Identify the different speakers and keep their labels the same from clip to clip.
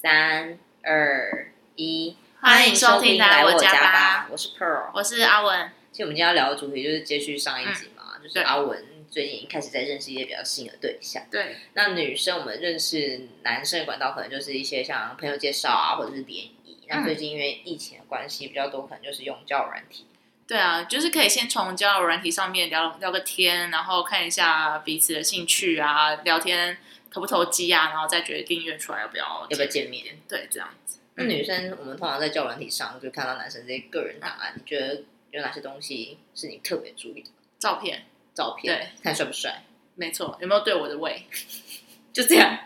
Speaker 1: 三二一，
Speaker 2: 欢迎收听来我
Speaker 1: 我
Speaker 2: 家吧
Speaker 1: 吧，我是 Pearl。
Speaker 2: 我是阿文，
Speaker 1: 其实我们今天要聊的主题就是接续上一集嘛，就是阿文最近开始在认识一些比较新的对象。
Speaker 2: 对
Speaker 1: 那女生我们认识男生的管道可能就是一些像朋友介绍啊，或者是联谊。
Speaker 2: 嗯
Speaker 1: 那最近因为疫情的关系比较多，可能就是用交友软体。
Speaker 2: 对啊，就是可以先从交友软体上面聊聊个天，然后看一下彼此的兴趣啊，聊天投不投机啊，然后再决定约出来要不要
Speaker 1: 要不要见面？
Speaker 2: 对，这样子。
Speaker 1: 那女生我们通常在交友软体上就看到男生这些个人档案，你觉得有哪些东西是你特别注意的？
Speaker 2: 照片，
Speaker 1: 照片，看帅不帅，
Speaker 2: 没错，有没有对我的胃？
Speaker 1: 就这样。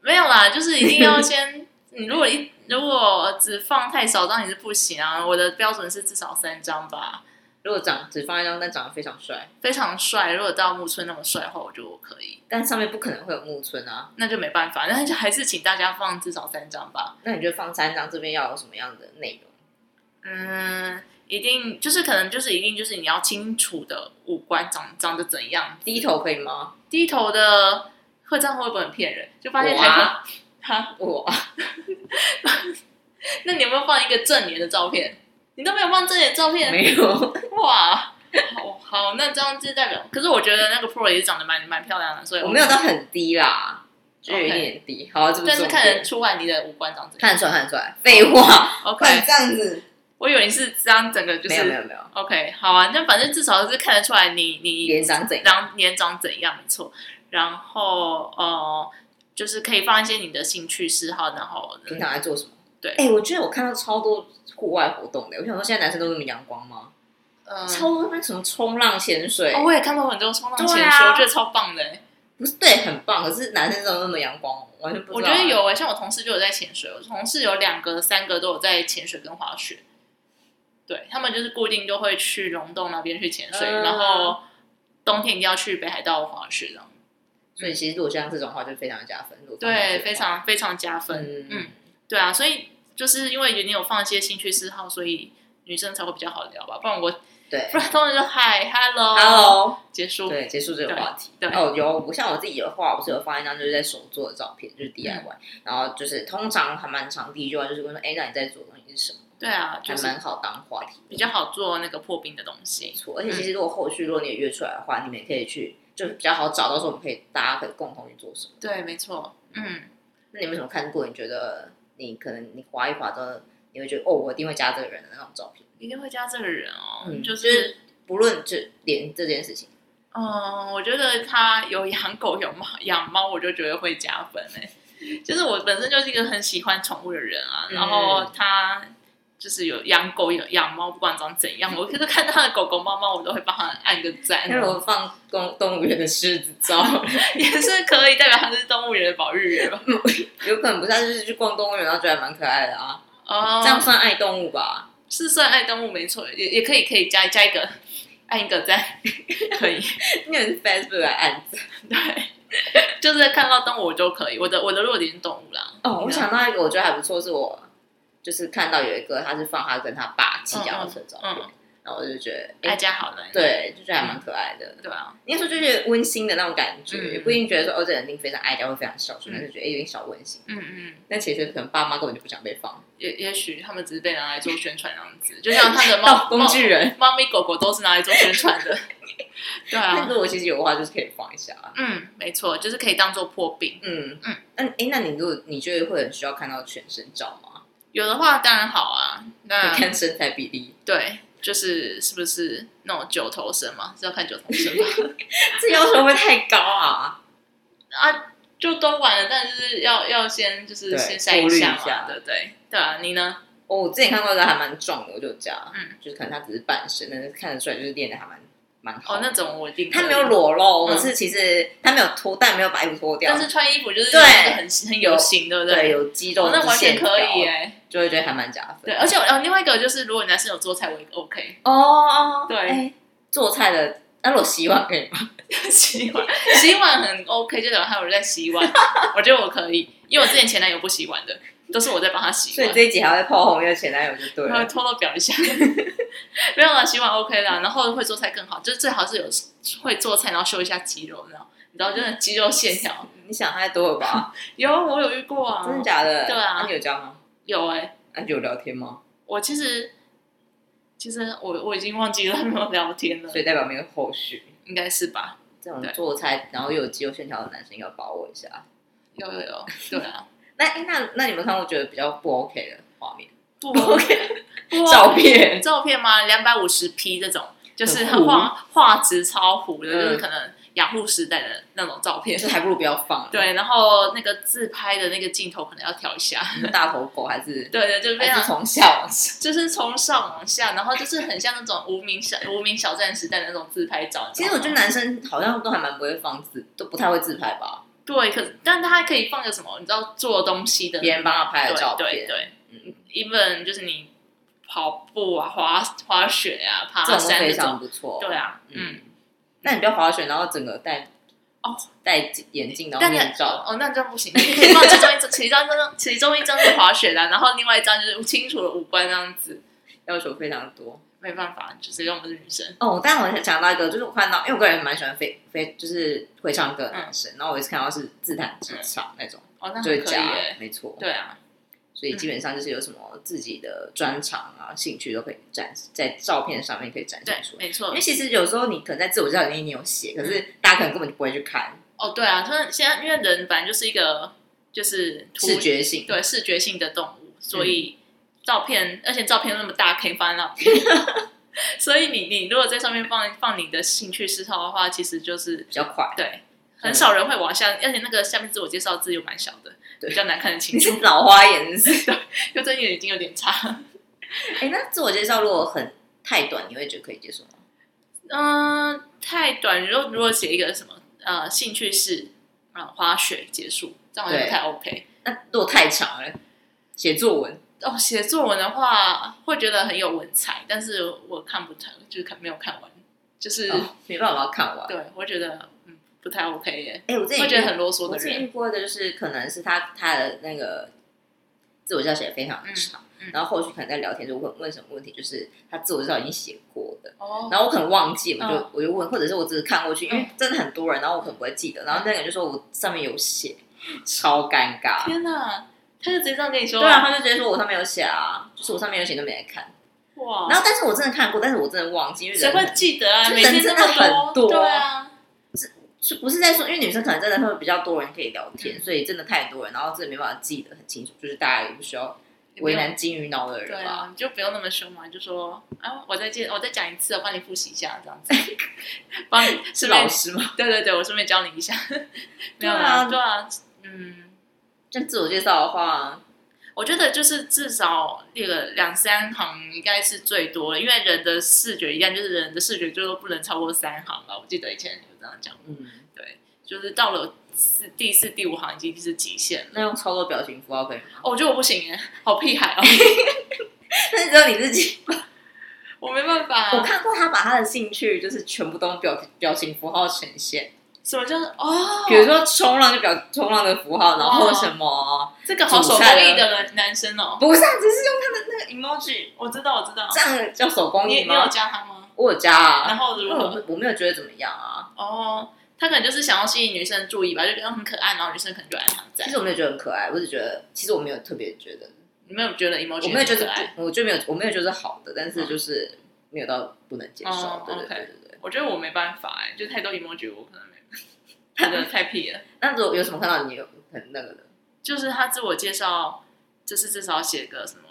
Speaker 2: 没有啦，就是一定要 先，你如果一如果只放太少张也是不行啊，我的标准是至少三张吧。
Speaker 1: 如果长只放一张，但长得非常帅，
Speaker 2: 非常帅，如果到木村那么帅的话，我觉得我可以，
Speaker 1: 但上面不可能会有木村啊。
Speaker 2: 那就没办法，那就还是请大家放至少三张吧。
Speaker 1: 那你觉得放三张这边要有什么样的内容？
Speaker 2: 嗯，一定就是可能就是一定就是你要清楚的五官长长得怎样，
Speaker 1: 低头可以吗？
Speaker 2: 低头的会这样会不会很骗人？就发现
Speaker 1: 我
Speaker 2: 台
Speaker 1: 啊
Speaker 2: 湾，哈，
Speaker 1: 我啊
Speaker 2: 那你有没 有放一个正脸的照片？你都没有放正脸的照片，
Speaker 1: 没有，
Speaker 2: 哇，好 好，那这样就代表，可是我觉得那个 Pro 也是长得蛮蛮漂亮的，所以
Speaker 1: 我没有到，很低啦，就有一
Speaker 2: OK
Speaker 1: 点低。好，这不
Speaker 2: 但
Speaker 1: 重点
Speaker 2: 是看得出来你的五官长怎样。
Speaker 1: 看得出来，看得出来。废话， 不
Speaker 2: OK，
Speaker 1: 然这样子
Speaker 2: 我以为你是这样整个就
Speaker 1: 没有没
Speaker 2: 是
Speaker 1: 有没有，
Speaker 2: OK，好啊，那反正至少是看得出来你你
Speaker 1: 脸长怎样？
Speaker 2: 当年长怎样，没错。然后呃，就是可以放一些你的兴趣嗜好，然后
Speaker 1: 平常在做什么？
Speaker 2: 对
Speaker 1: 哎，我觉得我看到超多户外活动的，我想说现在男生都那么阳光吗？
Speaker 2: 嗯，
Speaker 1: 超多那什么冲浪、潜水，
Speaker 2: 哦，我也看到很多冲浪潜
Speaker 1: 对
Speaker 2: 水，
Speaker 1: 啊
Speaker 2: 我觉得超棒的欸。
Speaker 1: 不是对，很棒。可是男生怎么那么阳光？完全不
Speaker 2: 我
Speaker 1: 知
Speaker 2: 觉
Speaker 1: 道啊。
Speaker 2: 得有诶，欸像我同事就有在潜水，我同事有两个、三个都有在潜水跟滑雪。对他们就是固定就会去溶洞那边去潜水，
Speaker 1: 嗯
Speaker 2: 然后冬天一定要去北海道滑雪，这样
Speaker 1: 所以其实如果像这种的话，就非常加分。如果放上去的
Speaker 2: 对
Speaker 1: 话
Speaker 2: 非常非常加分。
Speaker 1: 嗯
Speaker 2: 嗯，对啊，所以就是因为你有放一些兴趣嗜好，所以女生才会比较好聊吧。不然我
Speaker 1: 对
Speaker 2: 不。然通常就嗨，hello
Speaker 1: Hello，
Speaker 2: 结束。
Speaker 1: 对，结束这个话题。
Speaker 2: 对对
Speaker 1: 哦，有我像我自己的话，我是有放一张就是在手做的照片，就是 DIY，、然
Speaker 2: 嗯
Speaker 1: 后就是通常还蛮常第一句话就是问说，哎，那你在做的东西是什么？
Speaker 2: 对啊，就
Speaker 1: 还
Speaker 2: 是
Speaker 1: 蛮好当话题，
Speaker 2: 比较好做那个破冰的东西
Speaker 1: 没。错。而且
Speaker 2: 嗯
Speaker 1: 其实如果后续如果你也约出来的话，你们也可以去，就是比较好找到说我们可以大家可以共同去做什么。
Speaker 2: 对，没错。嗯，
Speaker 1: 那你有没有什么看过？你觉得你可能你划一划之后，你会觉得哦，我一定会加这个人的那种照片，
Speaker 2: 一定会加这个人哦，
Speaker 1: 嗯
Speaker 2: 就。
Speaker 1: 就是不论就连这件事情。
Speaker 2: 嗯，我觉得他有养狗有猫养猫，我就觉得会加分哎、 就是我本身就是一个很喜欢宠物的人啊，
Speaker 1: 嗯
Speaker 2: 然后他就是有养狗有养猫，不管长怎 样，我就是看到他的狗狗猫猫，我都会帮他按个赞。
Speaker 1: 那如果放动动物园的狮子照，
Speaker 2: 也是可以代表他是动物园的保育员吧？
Speaker 1: 有可能不是，他就是去逛动物园，然后觉得还蛮可爱的啊，
Speaker 2: 哦
Speaker 1: 这样算爱动物吧？
Speaker 2: 是算爱动物没错，也也可以可以加加一个 按一个赞， 可以
Speaker 1: 你很 Facebook 来按赞
Speaker 2: 对，就是看到动物我就可以，我的我的弱点是动物啦。
Speaker 1: 哦。我想到一个，我觉得还不错，是我就是看到有一个，他是放他跟他爸骑脚踏车的照片，
Speaker 2: 嗯嗯
Speaker 1: 然后我就觉得，哎、
Speaker 2: 爱家好人，
Speaker 1: 对，就觉得还蛮可爱的。
Speaker 2: 对啊，
Speaker 1: 应该说就是温馨的那种感觉，
Speaker 2: 嗯
Speaker 1: 也不一定觉得说哦，这人一定非常爱家或非常孝顺，
Speaker 2: 嗯
Speaker 1: 但是觉得哎有点小温馨。
Speaker 2: 嗯嗯。
Speaker 1: 但其实可能爸妈根本就不想被放，
Speaker 2: 也也许他们只是被拿来做宣传这样子，就像 他的
Speaker 1: 到
Speaker 2: 猫
Speaker 1: 工具人。
Speaker 2: 猫、猫咪、狗狗都是拿来做宣传 的。 对
Speaker 1: 但
Speaker 2: 啊，
Speaker 1: 如果其实有的话，就是可以放一下啊。
Speaker 2: 嗯，没错，就是可以当做破冰。
Speaker 1: 嗯
Speaker 2: 嗯，
Speaker 1: 那哎，那你如果你觉得会很需要看到全身照吗？
Speaker 2: 有的话当然好啊，那
Speaker 1: 看身材比例，
Speaker 2: 对，就是是不是那种九头身嘛？是要看九头身吧？
Speaker 1: 这 要求会不会太高啊？
Speaker 2: 啊，就都玩了，但是要要先就是
Speaker 1: 对
Speaker 2: 先筛
Speaker 1: 过滤
Speaker 2: 下
Speaker 1: 一下
Speaker 2: 嘛，对不对？对啊，你呢？
Speaker 1: 哦，我之前看过一个还蛮壮的，我就加，
Speaker 2: 嗯，
Speaker 1: 就是可能他只是半身，但是看得出来就是练的还蛮蛮好
Speaker 2: 哦，
Speaker 1: 的。
Speaker 2: 那种我一定
Speaker 1: 他
Speaker 2: 可以
Speaker 1: 没有，裸露，
Speaker 2: 嗯
Speaker 1: 可是其实他没有脱，但没有把衣服脱掉，
Speaker 2: 但是穿衣服就是
Speaker 1: 对
Speaker 2: 那个很很有型，对不
Speaker 1: 对？有肌肉
Speaker 2: 哦，那
Speaker 1: 是
Speaker 2: 完全
Speaker 1: 线条
Speaker 2: 可以哎、
Speaker 1: 就会觉得还蛮加分。
Speaker 2: 对，而且呃，另外一个就是，如果男生有做菜，我也 OK，
Speaker 1: 哦哦，
Speaker 2: 对
Speaker 1: 哎做菜的，那如果洗碗可以吗？
Speaker 2: 洗碗洗碗很 OK，就等还有人在洗碗， 我觉得我可以，因为我之前前男友不洗碗的，都是我在帮他洗
Speaker 1: 所以
Speaker 2: 碗
Speaker 1: 这，一集还会炮轰一个前男友就对
Speaker 2: 然后
Speaker 1: 了。
Speaker 2: 偷偷表一下， 没有啦，洗碗 OK 啦，然后会做菜更好，就是最好是有会做菜，然后秀一下肌肉，然后你知道，真的肌肉线条。
Speaker 1: 你想太多了 吧？
Speaker 2: 有，我有遇过啊，
Speaker 1: 真的假的？
Speaker 2: 对啊
Speaker 1: 那你有交吗？
Speaker 2: 有哎、
Speaker 1: 那你有聊天吗？
Speaker 2: 我其实其实我我已经忘记了有没有聊天了
Speaker 1: 所，以代表没有后续。
Speaker 2: 应该是吧？
Speaker 1: 这种
Speaker 2: 对
Speaker 1: 做菜然后又有肌肉线条的男生要把握一下。
Speaker 2: 有有有，对 啊，
Speaker 1: 那诶那那你们看过觉得比较不 OK 的画面？
Speaker 2: 不 啊
Speaker 1: 不 OK
Speaker 2: 不啊
Speaker 1: 照片
Speaker 2: 照片吗？两百五十 P 这种，就是
Speaker 1: 很糊
Speaker 2: 画画质超糊的，
Speaker 1: 嗯
Speaker 2: 就是可能雅虎时代的那 种照片
Speaker 1: 就。还不如不要放。，啊
Speaker 2: 对，然后那个自拍的那个镜头可能要调一下。
Speaker 1: 大头狗还是
Speaker 2: 对对，就是啊非
Speaker 1: 还
Speaker 2: 常
Speaker 1: 是从下往上。
Speaker 2: 就是从上往下，然后就是很像那种无名小无名小站时代的那种自拍照。
Speaker 1: 其实我觉得
Speaker 2: 得
Speaker 1: 男生好像都还蛮不会放自，都不太会自拍吧。
Speaker 2: 对，可但他还可以放个什么，你知道做东西的
Speaker 1: 别人帮他拍的照片，
Speaker 2: 对对
Speaker 1: 嗯
Speaker 2: 对，even 就是你跑步啊、滑滑雪啊、爬
Speaker 1: 这种都
Speaker 2: 山
Speaker 1: 非
Speaker 2: 这
Speaker 1: 常
Speaker 2: 种，
Speaker 1: 不错。
Speaker 2: 对啊，嗯。
Speaker 1: 嗯，那你不要滑雪，然后整个戴
Speaker 2: 哦
Speaker 1: 戴眼镜，然后
Speaker 2: 但你
Speaker 1: 面罩，
Speaker 2: 哦，那这样不行，你可以放其中一张，其中一张，其中一张是滑雪的，然后另外一张就是清楚的五官这样子，
Speaker 1: 要求非常多。
Speaker 2: 没办法，就是因为我们是女生，
Speaker 1: 哦，但我想到一个，就是我看到，因为我个人蛮喜欢飞飞，就是会唱歌的男生，然后我一次看到是自弹自唱那种，
Speaker 2: 哦，嗯那
Speaker 1: 就会
Speaker 2: 很可以
Speaker 1: 加
Speaker 2: 耶，，
Speaker 1: 没错。
Speaker 2: 对啊，
Speaker 1: 所以基本上就是有什么自己的专长啊、兴趣都可以展在照片上面可以展
Speaker 2: 对
Speaker 1: 现出，来。
Speaker 2: 没错嗯
Speaker 1: 因为，其实有时候你可能在自我介绍里面你有写，可是大家可能根本就不会去看，
Speaker 2: 哦，对啊，就是现在因为人本来就是一个就是图
Speaker 1: 视觉性。
Speaker 2: 对视觉性的动物，
Speaker 1: 嗯
Speaker 2: 所以照片，而且照片那么大，可以放在那边。 所以你你如果在上面放放你的兴趣嗜好的话，其实就是
Speaker 1: 比较快，
Speaker 2: 对，
Speaker 1: 嗯
Speaker 2: 很少人会往下，而且那个下面自我介绍字又蛮小的，
Speaker 1: 对
Speaker 2: 比较难看得清
Speaker 1: 你
Speaker 2: 楚。
Speaker 1: 是老花眼是不是？
Speaker 2: 就睁眼已经有点差。
Speaker 1: 哎、那自我介绍如果很太短，你会觉得可以接受吗？
Speaker 2: 嗯、太短。如果如果写一个什么呃兴趣是啊、呃滑雪结束，这样好像不太 OK。
Speaker 1: 那如果太长了，写作文
Speaker 2: 哦，写作文的话会觉得很有文采，但是我看不太，就是看没有看完，就是、
Speaker 1: 哦、没办法看完。
Speaker 2: 嗯对我觉得嗯不太 OK 耶，
Speaker 1: 哎、我自己
Speaker 2: 会觉得很啰嗦
Speaker 1: 我
Speaker 2: 的
Speaker 1: 之前
Speaker 2: 人。
Speaker 1: 遇过的就是，可能是他他的那个自我介绍写的非常长，
Speaker 2: 嗯嗯
Speaker 1: 然后后续可能在聊天就问问什么问题，就是他自我介绍已经写过的，
Speaker 2: 哦，
Speaker 1: 然后我可能忘记，我就、
Speaker 2: 嗯
Speaker 1: 我就问，或者是我只是看过去，因为
Speaker 2: 嗯
Speaker 1: 真的很多人，然后我可能不会记得，然后那个人就说我上面有写，超尴尬。
Speaker 2: 天哪，他就直接这样跟你说，
Speaker 1: 对啊，他就直接说我上面有写啊，就是我上面有写都没来看。
Speaker 2: 哇，
Speaker 1: 然后，但是我真的看过，但是我真的忘记，因为
Speaker 2: 哦谁
Speaker 1: 人很
Speaker 2: 会记得啊？
Speaker 1: 就
Speaker 2: 每
Speaker 1: 人
Speaker 2: 天
Speaker 1: 真
Speaker 2: 那
Speaker 1: 的
Speaker 2: 么
Speaker 1: 很多
Speaker 2: 对啊，
Speaker 1: 是不是在说，因为女生可能真的会比较多人可以聊天，
Speaker 2: 嗯
Speaker 1: 所以真的太多人，然后真的没办法记得很清楚，就是大家也不需要为难金鱼脑的
Speaker 2: 对
Speaker 1: 人吧。
Speaker 2: 啊，你就不用那么凶嘛，就说啊，我再见，我再讲一次，我帮你复习一下，这样子， 帮你
Speaker 1: 是
Speaker 2: 顺
Speaker 1: 老
Speaker 2: 便，
Speaker 1: 师吗？
Speaker 2: 对对对，我顺便教你一下， 没有
Speaker 1: 对啊
Speaker 2: 啦，对啊，嗯，
Speaker 1: 像自我介绍的话，
Speaker 2: 我觉得就是至少列个两三行应该是最多的，因为人的视觉一样，就是人的视觉最多不能超过三行吧，我记得以前有这样讲，
Speaker 1: 嗯，
Speaker 2: 就是到了四第四第五行已经是极限了，
Speaker 1: 那用超多表情符号可以吗？
Speaker 2: 哦，我觉得我不行哎，好屁孩哦，
Speaker 1: 但是只有你自 己。
Speaker 2: 我没办法，
Speaker 1: 我看过他把他的兴趣就是全部都用表表情符号呈现，
Speaker 2: 什么叫哦，
Speaker 1: 比如说冲浪就表冲浪的符号，然后什么
Speaker 2: 这个好手
Speaker 1: 煮
Speaker 2: 工
Speaker 1: 菜了
Speaker 2: 艺的人男生哦。
Speaker 1: 不是啊，只是用他的那个 emoji，
Speaker 2: 我知道，我知道。
Speaker 1: 这样叫手工艺
Speaker 2: 你你有
Speaker 1: 吗？
Speaker 2: 加他吗？
Speaker 1: 我有加啊，
Speaker 2: 然后
Speaker 1: 因
Speaker 2: 如
Speaker 1: 为我
Speaker 2: 何？
Speaker 1: 不我没有觉得怎么样啊。
Speaker 2: 哦，他可能就是想要吸引女生注意吧，就觉得很可爱，然后女生可能就爱他这
Speaker 1: 其
Speaker 2: 样。
Speaker 1: 实我没有觉得很可爱，我只觉得，其实我没有特别觉得，
Speaker 2: 你没有觉得 emoji
Speaker 1: 我没有觉
Speaker 2: 很
Speaker 1: 得
Speaker 2: 可爱？嗯
Speaker 1: 不，我就没有，我没有觉得是好的，但是就是没有到不能接受
Speaker 2: 哦，
Speaker 1: 对对
Speaker 2: OK
Speaker 1: 对对对。
Speaker 2: 我觉得我没办法哎，就太多 emoji 我可能没办法，觉 得太屁了。
Speaker 1: 那如果有什么看到你有很那个的，
Speaker 2: 就是他自我介绍，就是至少写个什么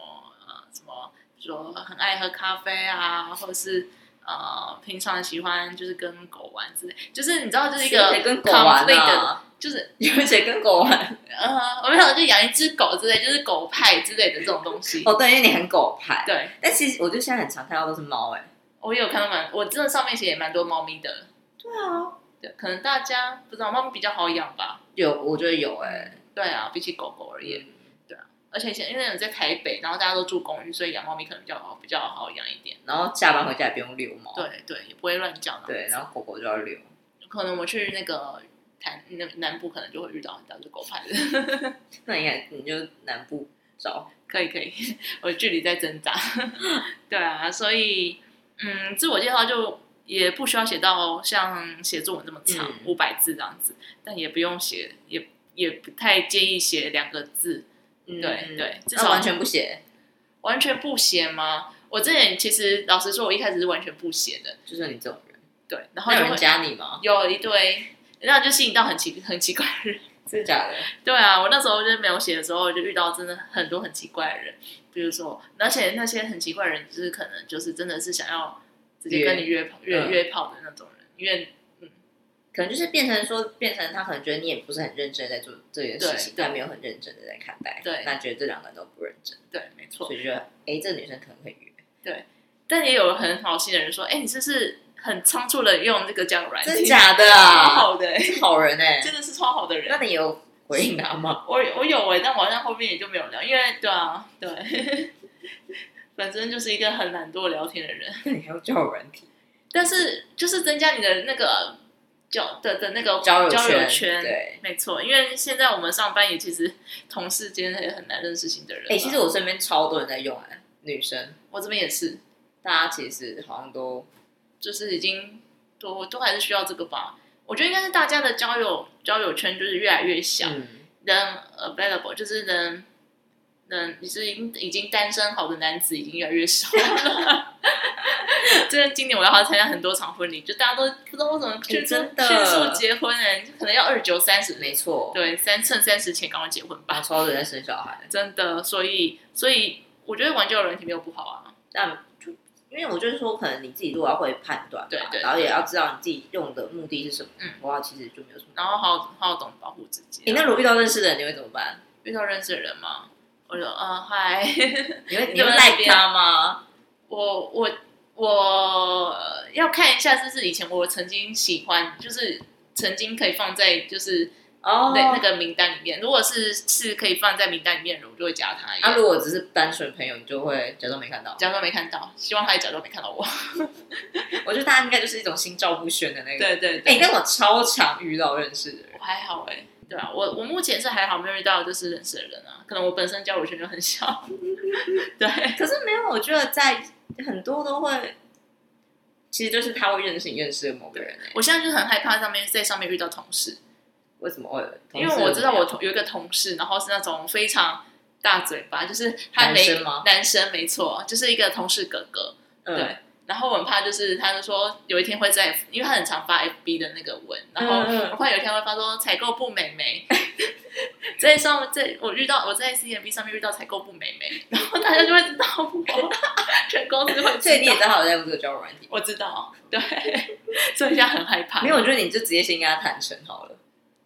Speaker 2: 呃什么，说很爱喝咖啡啊，或者是。呃，平常喜欢就是跟狗玩之类，就是你知道，就是一个
Speaker 1: 谁跟狗玩
Speaker 2: complete 的，
Speaker 1: 啊，
Speaker 2: 就是
Speaker 1: 有谁跟狗玩？
Speaker 2: 呃，我没想就养一只狗之类，就是狗派之类的这种东西。
Speaker 1: 哦，对，因为你很狗派，
Speaker 2: 对，
Speaker 1: 但其实我就现在很常看到都是猫，哎，
Speaker 2: 我也有看到蛮，我真的上面写也蛮多猫咪的。
Speaker 1: 对啊，
Speaker 2: 对，可能大家不知道猫咪比较好养吧。
Speaker 1: 有，我觉得有，哎，
Speaker 2: 对啊，比起狗狗而言，
Speaker 1: 也
Speaker 2: 而且现因为我在台北，然后大家都住公寓，所以养猫咪可能比较好，比较好养一点。
Speaker 1: 然后下班回家也不用遛猫，
Speaker 2: 对哦对，也不会乱叫。
Speaker 1: 对，然后狗狗就要遛，
Speaker 2: 后可能我去那个台那南部，可能就会遇到很多就狗派的。
Speaker 1: 那你看你就南部找，
Speaker 2: 可以可以， 我距离在增长。对啊，所以嗯，自我介绍就也不需要写到像写作文这么长
Speaker 1: 嗯，
Speaker 2: 五百、字这样子，但也不用写，也也不太建议写两个字，
Speaker 1: 嗯
Speaker 2: 对对至
Speaker 1: 那
Speaker 2: 少
Speaker 1: 完全不写，
Speaker 2: 完全不写吗？我之前其实老实说，我一开始是完全不写的，
Speaker 1: 就是你这种人。
Speaker 2: 对，然后
Speaker 1: 那
Speaker 2: 就
Speaker 1: 有
Speaker 2: 会
Speaker 1: 人加你吗？
Speaker 2: 有一堆，然后就吸引到很奇很奇怪的人。
Speaker 1: 真的假的？
Speaker 2: 对啊，我那时候就是没有写的时候，我就遇到真的很多很奇怪的人，比如说，而且那些很奇怪的人，就是可能就是真的是想要直接跟你约炮、约
Speaker 1: 嗯
Speaker 2: 约炮的那种人，因为
Speaker 1: 可能就是变成说，变成他可能觉得你也不是很认真地在做这件事情，
Speaker 2: 对对
Speaker 1: 但没有很认真的在看待，
Speaker 2: 对
Speaker 1: 那觉得这两个人都不认真，
Speaker 2: 对，没错
Speaker 1: 所。以就觉得，哎，这女生可能可以约，
Speaker 2: 但也有很好心的人说，哎、你这是很仓促的用这个交友软件，
Speaker 1: 真假的
Speaker 2: 超
Speaker 1: 啊？
Speaker 2: 好的、欸，
Speaker 1: 是好人哎，
Speaker 2: 真的是超好的
Speaker 1: 那
Speaker 2: 人。
Speaker 1: 你有回应他吗？
Speaker 2: 我我有哎、但我好像后面也就没有聊，因为对啊，对， 反正就是一个很懒惰聊天的人。
Speaker 1: 那你还要交友软体？
Speaker 2: 但是就是增加你的那个交的的那个
Speaker 1: 交友
Speaker 2: 友
Speaker 1: 圈
Speaker 2: 圈
Speaker 1: 对
Speaker 2: 没错，因为现在我们上班也其实同事间也很难认识新的人嘛。啊
Speaker 1: 哎，其实我身边超多人在用哎，女生，
Speaker 2: 我这边也是，
Speaker 1: 大家其实好像都
Speaker 2: 就是已经都都还是需要这个吧。我觉得应该是大家的交友交友圈就是越来越小，
Speaker 1: 嗯，
Speaker 2: 能 available 就是能能已经已经单身好的男子已经越来越少了。 真的，今年我要参加很多场婚礼，就大家都不知道为什么
Speaker 1: 哎
Speaker 2: 迅速、
Speaker 1: 真的
Speaker 2: 迅速结婚哎、可能要二九三十
Speaker 1: 没错，
Speaker 2: 对，三趁三十前赶快结婚
Speaker 1: 然
Speaker 2: 吧，
Speaker 1: 后超多人在生小孩，
Speaker 2: 真的。所以，所以我觉得玩交友软体没有不好啊，
Speaker 1: 但就因为我就是说，可能你自己如果要会判断吧，
Speaker 2: 对对
Speaker 1: 然后也要知道你自己用的目的是什么，
Speaker 2: 嗯
Speaker 1: 的话其实就没有什么。
Speaker 2: 然后好好好懂保护自己
Speaker 1: 你、
Speaker 2: 啊。
Speaker 1: 那如果遇到认识的人，你会怎么办？
Speaker 2: 遇到认识的人吗？我说，嗯，嗨，
Speaker 1: 你会你
Speaker 2: 就
Speaker 1: 会
Speaker 2: 在那
Speaker 1: like
Speaker 2: 边
Speaker 1: 他吗？
Speaker 2: 我我我呃要看一下，就是以前我曾经喜欢，就是曾经可以放在就是
Speaker 1: 哦
Speaker 2: 那、那个名单里面。如果是是可以放在名单里面的，我就会加他一
Speaker 1: 啊，
Speaker 2: 样。
Speaker 1: 如果只是单纯朋友，你就会假装没看到。
Speaker 2: 假装没看到，希望他也假装没看 到我。
Speaker 1: 我觉得大家应该就是一种心照不宣的那个。
Speaker 2: 对对对，
Speaker 1: 哎、但我超常遇到认识的人，
Speaker 2: 我还好哎、对啊，我我目前是还好，没有遇到就是认识的人啊。可能我本身交友圈就很小， 对
Speaker 1: 可是没有，我觉得在很多都会，其实就是他会认识你认识的某个人、欸。
Speaker 2: 我现在就很害怕上面在上面遇到同事，
Speaker 1: 为什么会？
Speaker 2: 因为我知道我
Speaker 1: 同
Speaker 2: 同有一个同事，然后是那种非常大嘴巴，就是他
Speaker 1: 男
Speaker 2: 每
Speaker 1: 生吗
Speaker 2: 男生没错，就是一个同事哥哥。
Speaker 1: 事
Speaker 2: 对然后我很怕，就是他就说有一天会在，因为他很常发 FB 的那个文，然后
Speaker 1: 嗯嗯
Speaker 2: 我怕有一天会发说采购部美眉， 在上在我遇到我在 CMB 上面遇到采购部美眉，然后大家就会知道我， 全公司会
Speaker 1: 嗯，所以你也
Speaker 2: 知
Speaker 1: 知
Speaker 2: 道，
Speaker 1: 道他有在用这个交友软体。
Speaker 2: 我知道，对， 所以现在很害 怕。
Speaker 1: 没有，我觉得你就直接先跟他坦诚好了。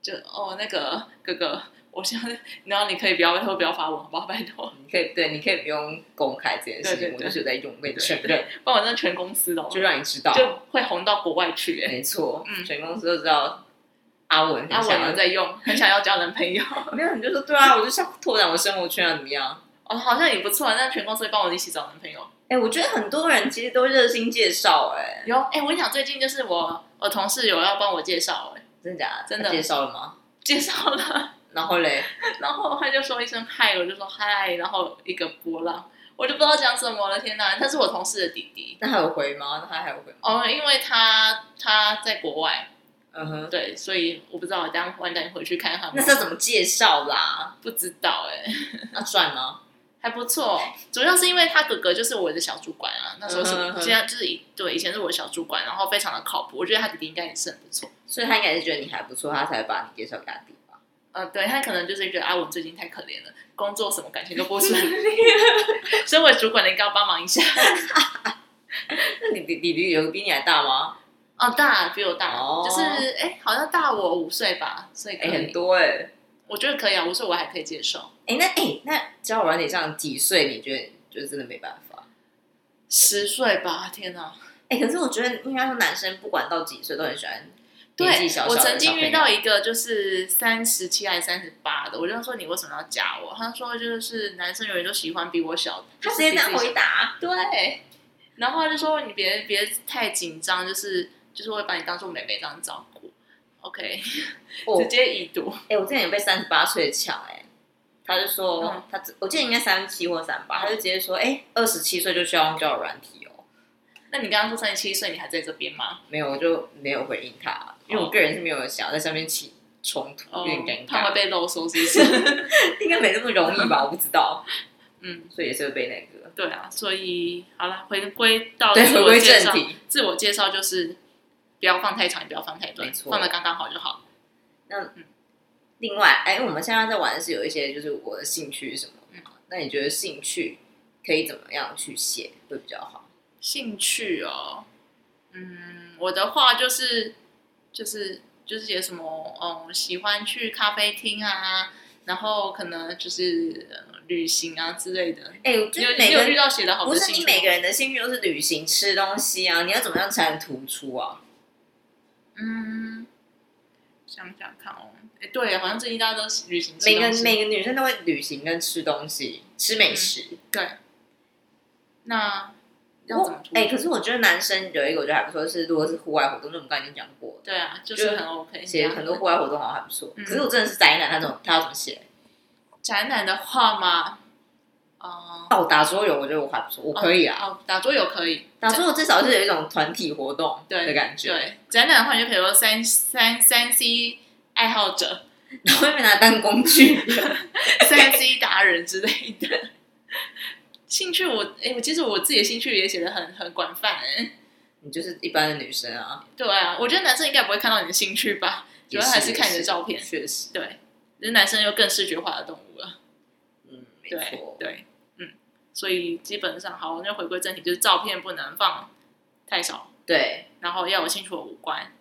Speaker 2: 就哦，那个哥哥，我现在，然后你可以不要，以后不要发我，好不好？拜托，
Speaker 1: 你可以对，你可以不用公开这件事
Speaker 2: 对
Speaker 1: 情，
Speaker 2: 对对
Speaker 1: 我就是有在用，被承认，
Speaker 2: 不然我真的全公司哦，
Speaker 1: 就让你知道，
Speaker 2: 就会红到国外去耶。
Speaker 1: 没错，
Speaker 2: 嗯
Speaker 1: 全公司都知道阿文
Speaker 2: 阿
Speaker 1: 很
Speaker 2: 文
Speaker 1: 想
Speaker 2: 有
Speaker 1: 要，
Speaker 2: 在用，很想要交男朋友，
Speaker 1: 没有你就说对啊，我就想拓展我生活圈啊，怎么样？
Speaker 2: 哦，好像也不错，那全公司会帮我一起找男朋友。
Speaker 1: 哎，我觉得很多人其实都热心介绍，哎，
Speaker 2: 有，哎，我跟你讲，最近就是我我同事有要帮我介绍，哎，
Speaker 1: 真的假的？
Speaker 2: 真的
Speaker 1: 他介绍了吗？
Speaker 2: 介绍了，
Speaker 1: 然后嘞，
Speaker 2: 然后他就说一声嗨，我就说嗨，然后一个波浪，我就不知道讲什么了，天哪，他是我同事的弟弟。
Speaker 1: 那还有回吗？那他还有回吗？
Speaker 2: 哦，因为他他在国外，
Speaker 1: 嗯哼，
Speaker 2: 对，所以我不知道，我等一下晚点回去看看。
Speaker 1: 那是要怎么介绍 啦？
Speaker 2: 不知道哎、
Speaker 1: 那赚吗？
Speaker 2: 还不 错。主要是因为他哥哥就是我的小主管啊，那时候是
Speaker 1: 嗯哼嗯哼
Speaker 2: 现在就是以对以前是我的小主管，然后非常的靠谱，我觉得他弟弟应该也是很不错。
Speaker 1: 所以他应该是觉得你还不错，他才把你介绍给他弟吧？
Speaker 2: 呃，对他可能就是觉得阿文最近太可怜了，工作什么感情都不顺 利，所以我的主管应该要帮忙一下。
Speaker 1: 那你弟弟弟有比你还大吗？
Speaker 2: 哦，大比我大，
Speaker 1: 哦
Speaker 2: 就是哎，好像大我五岁吧，所以可
Speaker 1: 哎，
Speaker 2: 以，
Speaker 1: 很多哎。
Speaker 2: 我觉得可以啊，五岁我还可以接受。
Speaker 1: 哎、那哎、那交友软体上几岁你觉得就真的没办法？
Speaker 2: 十岁吧，天哪！
Speaker 1: 哎、可是我觉得应该说男生不管到几岁都很喜欢
Speaker 2: 对
Speaker 1: 年纪小小
Speaker 2: 我
Speaker 1: 的
Speaker 2: 曾经
Speaker 1: 小
Speaker 2: 遇到一个就是三十七还是三十八的，我就说你为什么要加我？他说就是男生永远都喜欢比我小的，
Speaker 1: 朋友，他直接这样回答，啊
Speaker 2: 对，然后他就说你别别太紧张，就是就是会把你当做妹妹这样照顾。OK，、
Speaker 1: 我
Speaker 2: 直接已读，
Speaker 1: 哎、我之前有被三十八岁抢哎，他就说、
Speaker 2: 嗯
Speaker 1: 他只我记得应该三七或三八，他就直接说哎，二十七岁就需要用交友软体哦，
Speaker 2: 那你刚刚说三十七岁，你还在这边吗？
Speaker 1: 没有，我就没有回应他，因为我个人是没有想要在上面起冲突，有
Speaker 2: 哦
Speaker 1: 点尴，
Speaker 2: 怕会
Speaker 1: 尬，
Speaker 2: 被漏收是不是？
Speaker 1: 应该没那么容易吧？我不知道，
Speaker 2: 嗯，
Speaker 1: 所以也是会被那个。
Speaker 2: 对啊，所以好了，回归到
Speaker 1: 对，
Speaker 2: 自
Speaker 1: 回
Speaker 2: 我
Speaker 1: 归
Speaker 2: 介
Speaker 1: 正
Speaker 2: 绍，
Speaker 1: 题。
Speaker 2: 自我介绍就是不要放太长，也不要放太短
Speaker 1: 没，错
Speaker 2: 放的刚刚好就好。
Speaker 1: 另外，哎，我们现在在玩的是有一些就是我的兴趣是什么
Speaker 2: 嗯
Speaker 1: 嘛？那你觉得兴趣可以怎么样去写会比较好？
Speaker 2: 兴趣哦，嗯，我的话就是就是就是些什么，嗯，喜欢去咖啡厅啊，然后可能就是、呃旅行啊之类的。
Speaker 1: 哎，我
Speaker 2: 你
Speaker 1: 觉
Speaker 2: 有
Speaker 1: 得
Speaker 2: 你
Speaker 1: 每
Speaker 2: 有
Speaker 1: 个
Speaker 2: 遇到写的好
Speaker 1: 不
Speaker 2: 的
Speaker 1: 是
Speaker 2: 兴
Speaker 1: 你
Speaker 2: 趣
Speaker 1: 每
Speaker 2: 吗？
Speaker 1: 个人的兴趣都是旅行、吃东西啊，你要怎么样才能突出啊？
Speaker 2: 嗯，想想看哦，哎，对，好像最近大家都是旅行吃
Speaker 1: 每个
Speaker 2: 东西
Speaker 1: 每个女生都会旅行跟吃东西、吃美食。
Speaker 2: 对，那要
Speaker 1: 我
Speaker 2: 怎么做？
Speaker 1: 哎、可是我觉得男生有一个我觉得还不错，是如果是户外活动，就我们刚才已经讲过了，
Speaker 2: 对啊，就
Speaker 1: 就是
Speaker 2: 是很 OK。
Speaker 1: 写很多户外活动好像还不错。
Speaker 2: 嗯
Speaker 1: 可是我真的是宅男，他怎么他要怎么写？
Speaker 2: 宅男的话嘛，嗯、
Speaker 1: 哦，打桌游我觉得我还不错，我可以啊。
Speaker 2: 哦，打桌游可以，
Speaker 1: 打桌游至少是有一种团体活动的感觉，
Speaker 2: 对，宅男的话，你就比如说三三三 C 爱好者、
Speaker 1: 然后被拿来当工具。
Speaker 2: 三 C 达人之类的。兴趣我哎、我其实我自己的兴趣也写的很很广泛、欸。
Speaker 1: 你就是一般的女生啊，
Speaker 2: 对啊，我觉得男生应该不会看到你的兴趣吧，主
Speaker 1: 也
Speaker 2: 要
Speaker 1: 是
Speaker 2: 还是看你
Speaker 1: 也是
Speaker 2: 的照片。
Speaker 1: 确实，
Speaker 2: 对，就是男生又更视觉化的动物了。
Speaker 1: 嗯，没
Speaker 2: 对
Speaker 1: 错，
Speaker 2: 对，嗯，所以基本上好，那回归正题，就是照片不能放太少，
Speaker 1: 对，
Speaker 2: 然后要有清楚的五官，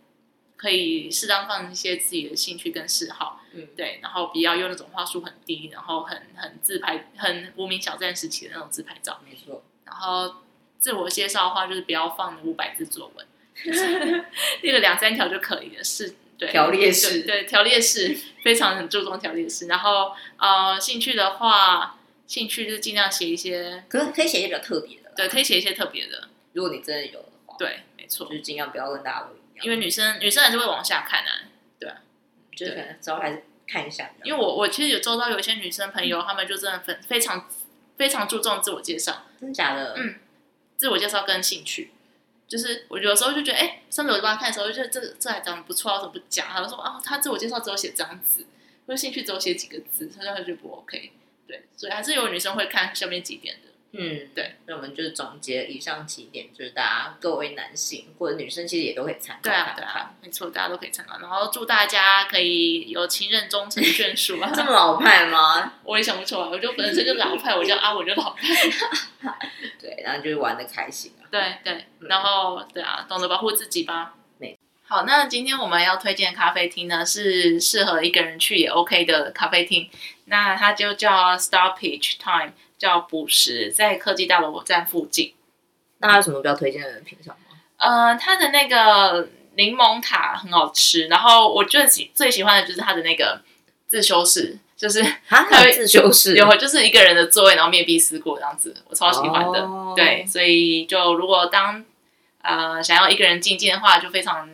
Speaker 2: 可以适当放一些自己的兴趣跟嗜好。
Speaker 1: 嗯，
Speaker 2: 对，然后不要用那种话术很低，然后很很自拍、很无名小站时期的那种自拍照。
Speaker 1: 没错，
Speaker 2: 然后自我介绍的话，就是不要放五百字作文， 就是那个两三条就可以了。是，对，
Speaker 1: 条列式
Speaker 2: 对对条列式非常很注重条列式。然后呃，兴趣的话，兴趣就是尽量写一些，
Speaker 1: 可是可以写一些比较特别的啦，
Speaker 2: 对，可以写一些特别的，
Speaker 1: 如果你真的有的话，
Speaker 2: 对，没错
Speaker 1: 就，是尽量不要跟大家都一样，
Speaker 2: 因为女生女生还是会往下看啊。
Speaker 1: 就是可能之后还是看一下比较好，
Speaker 2: 因为我我其实有周遭有一些女生朋
Speaker 1: 嗯
Speaker 2: 友，她们就真的非非常非常注重自我介绍。
Speaker 1: 真的假的？
Speaker 2: 嗯自我介绍跟兴趣。就是我有时候就觉得，哎、上次我帮他看的时候，就觉得这这还长得不错，啊，怎么不讲？他就说，啊，他自我介绍只有写这样子，或者兴趣只有写几个字，他就觉得不 OK。对，所以还是有女生会看下面几点的。
Speaker 1: 嗯，
Speaker 2: 对。
Speaker 1: 那我们就是总结以上几点，就是大家各位男性或者女生其实也都可以参考
Speaker 2: 对啊，
Speaker 1: 看
Speaker 2: 对
Speaker 1: 看。
Speaker 2: 啊，没错，大家都可以参考。然后祝大家可以有情人终成眷属 啊！
Speaker 1: 这么老派吗？
Speaker 2: 我也想不出来，我就本身就老派，我叫阿文就老派。
Speaker 1: 对，然后就是玩的开心啊。
Speaker 2: 对对，
Speaker 1: 嗯
Speaker 2: 然后对啊，懂得保护自己吧
Speaker 1: 没。
Speaker 2: 好，那今天我们要推荐的咖啡厅呢，是适合一个人去也 OK 的咖啡厅。那它就叫 Stoppage Time，叫捕食，在科技大楼站附近。
Speaker 1: 那有什么比较推荐的人品尝吗？
Speaker 2: 呃，它的那个柠檬塔很好吃，然后我最喜最喜欢的就是它的那个自修室，就是
Speaker 1: 啊，还有自修室
Speaker 2: 有就是一个人的座位，然后面壁思过这样子，我超喜欢的。
Speaker 1: 哦
Speaker 2: 对，所以就如果当呃想要一个人静静的话，就非常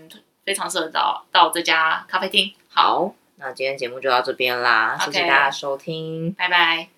Speaker 2: 非常适合到到这家咖啡厅。好，
Speaker 1: 好，那今天节目就到这边啦谢谢
Speaker 2: OK
Speaker 1: 大家收听。
Speaker 2: 拜拜。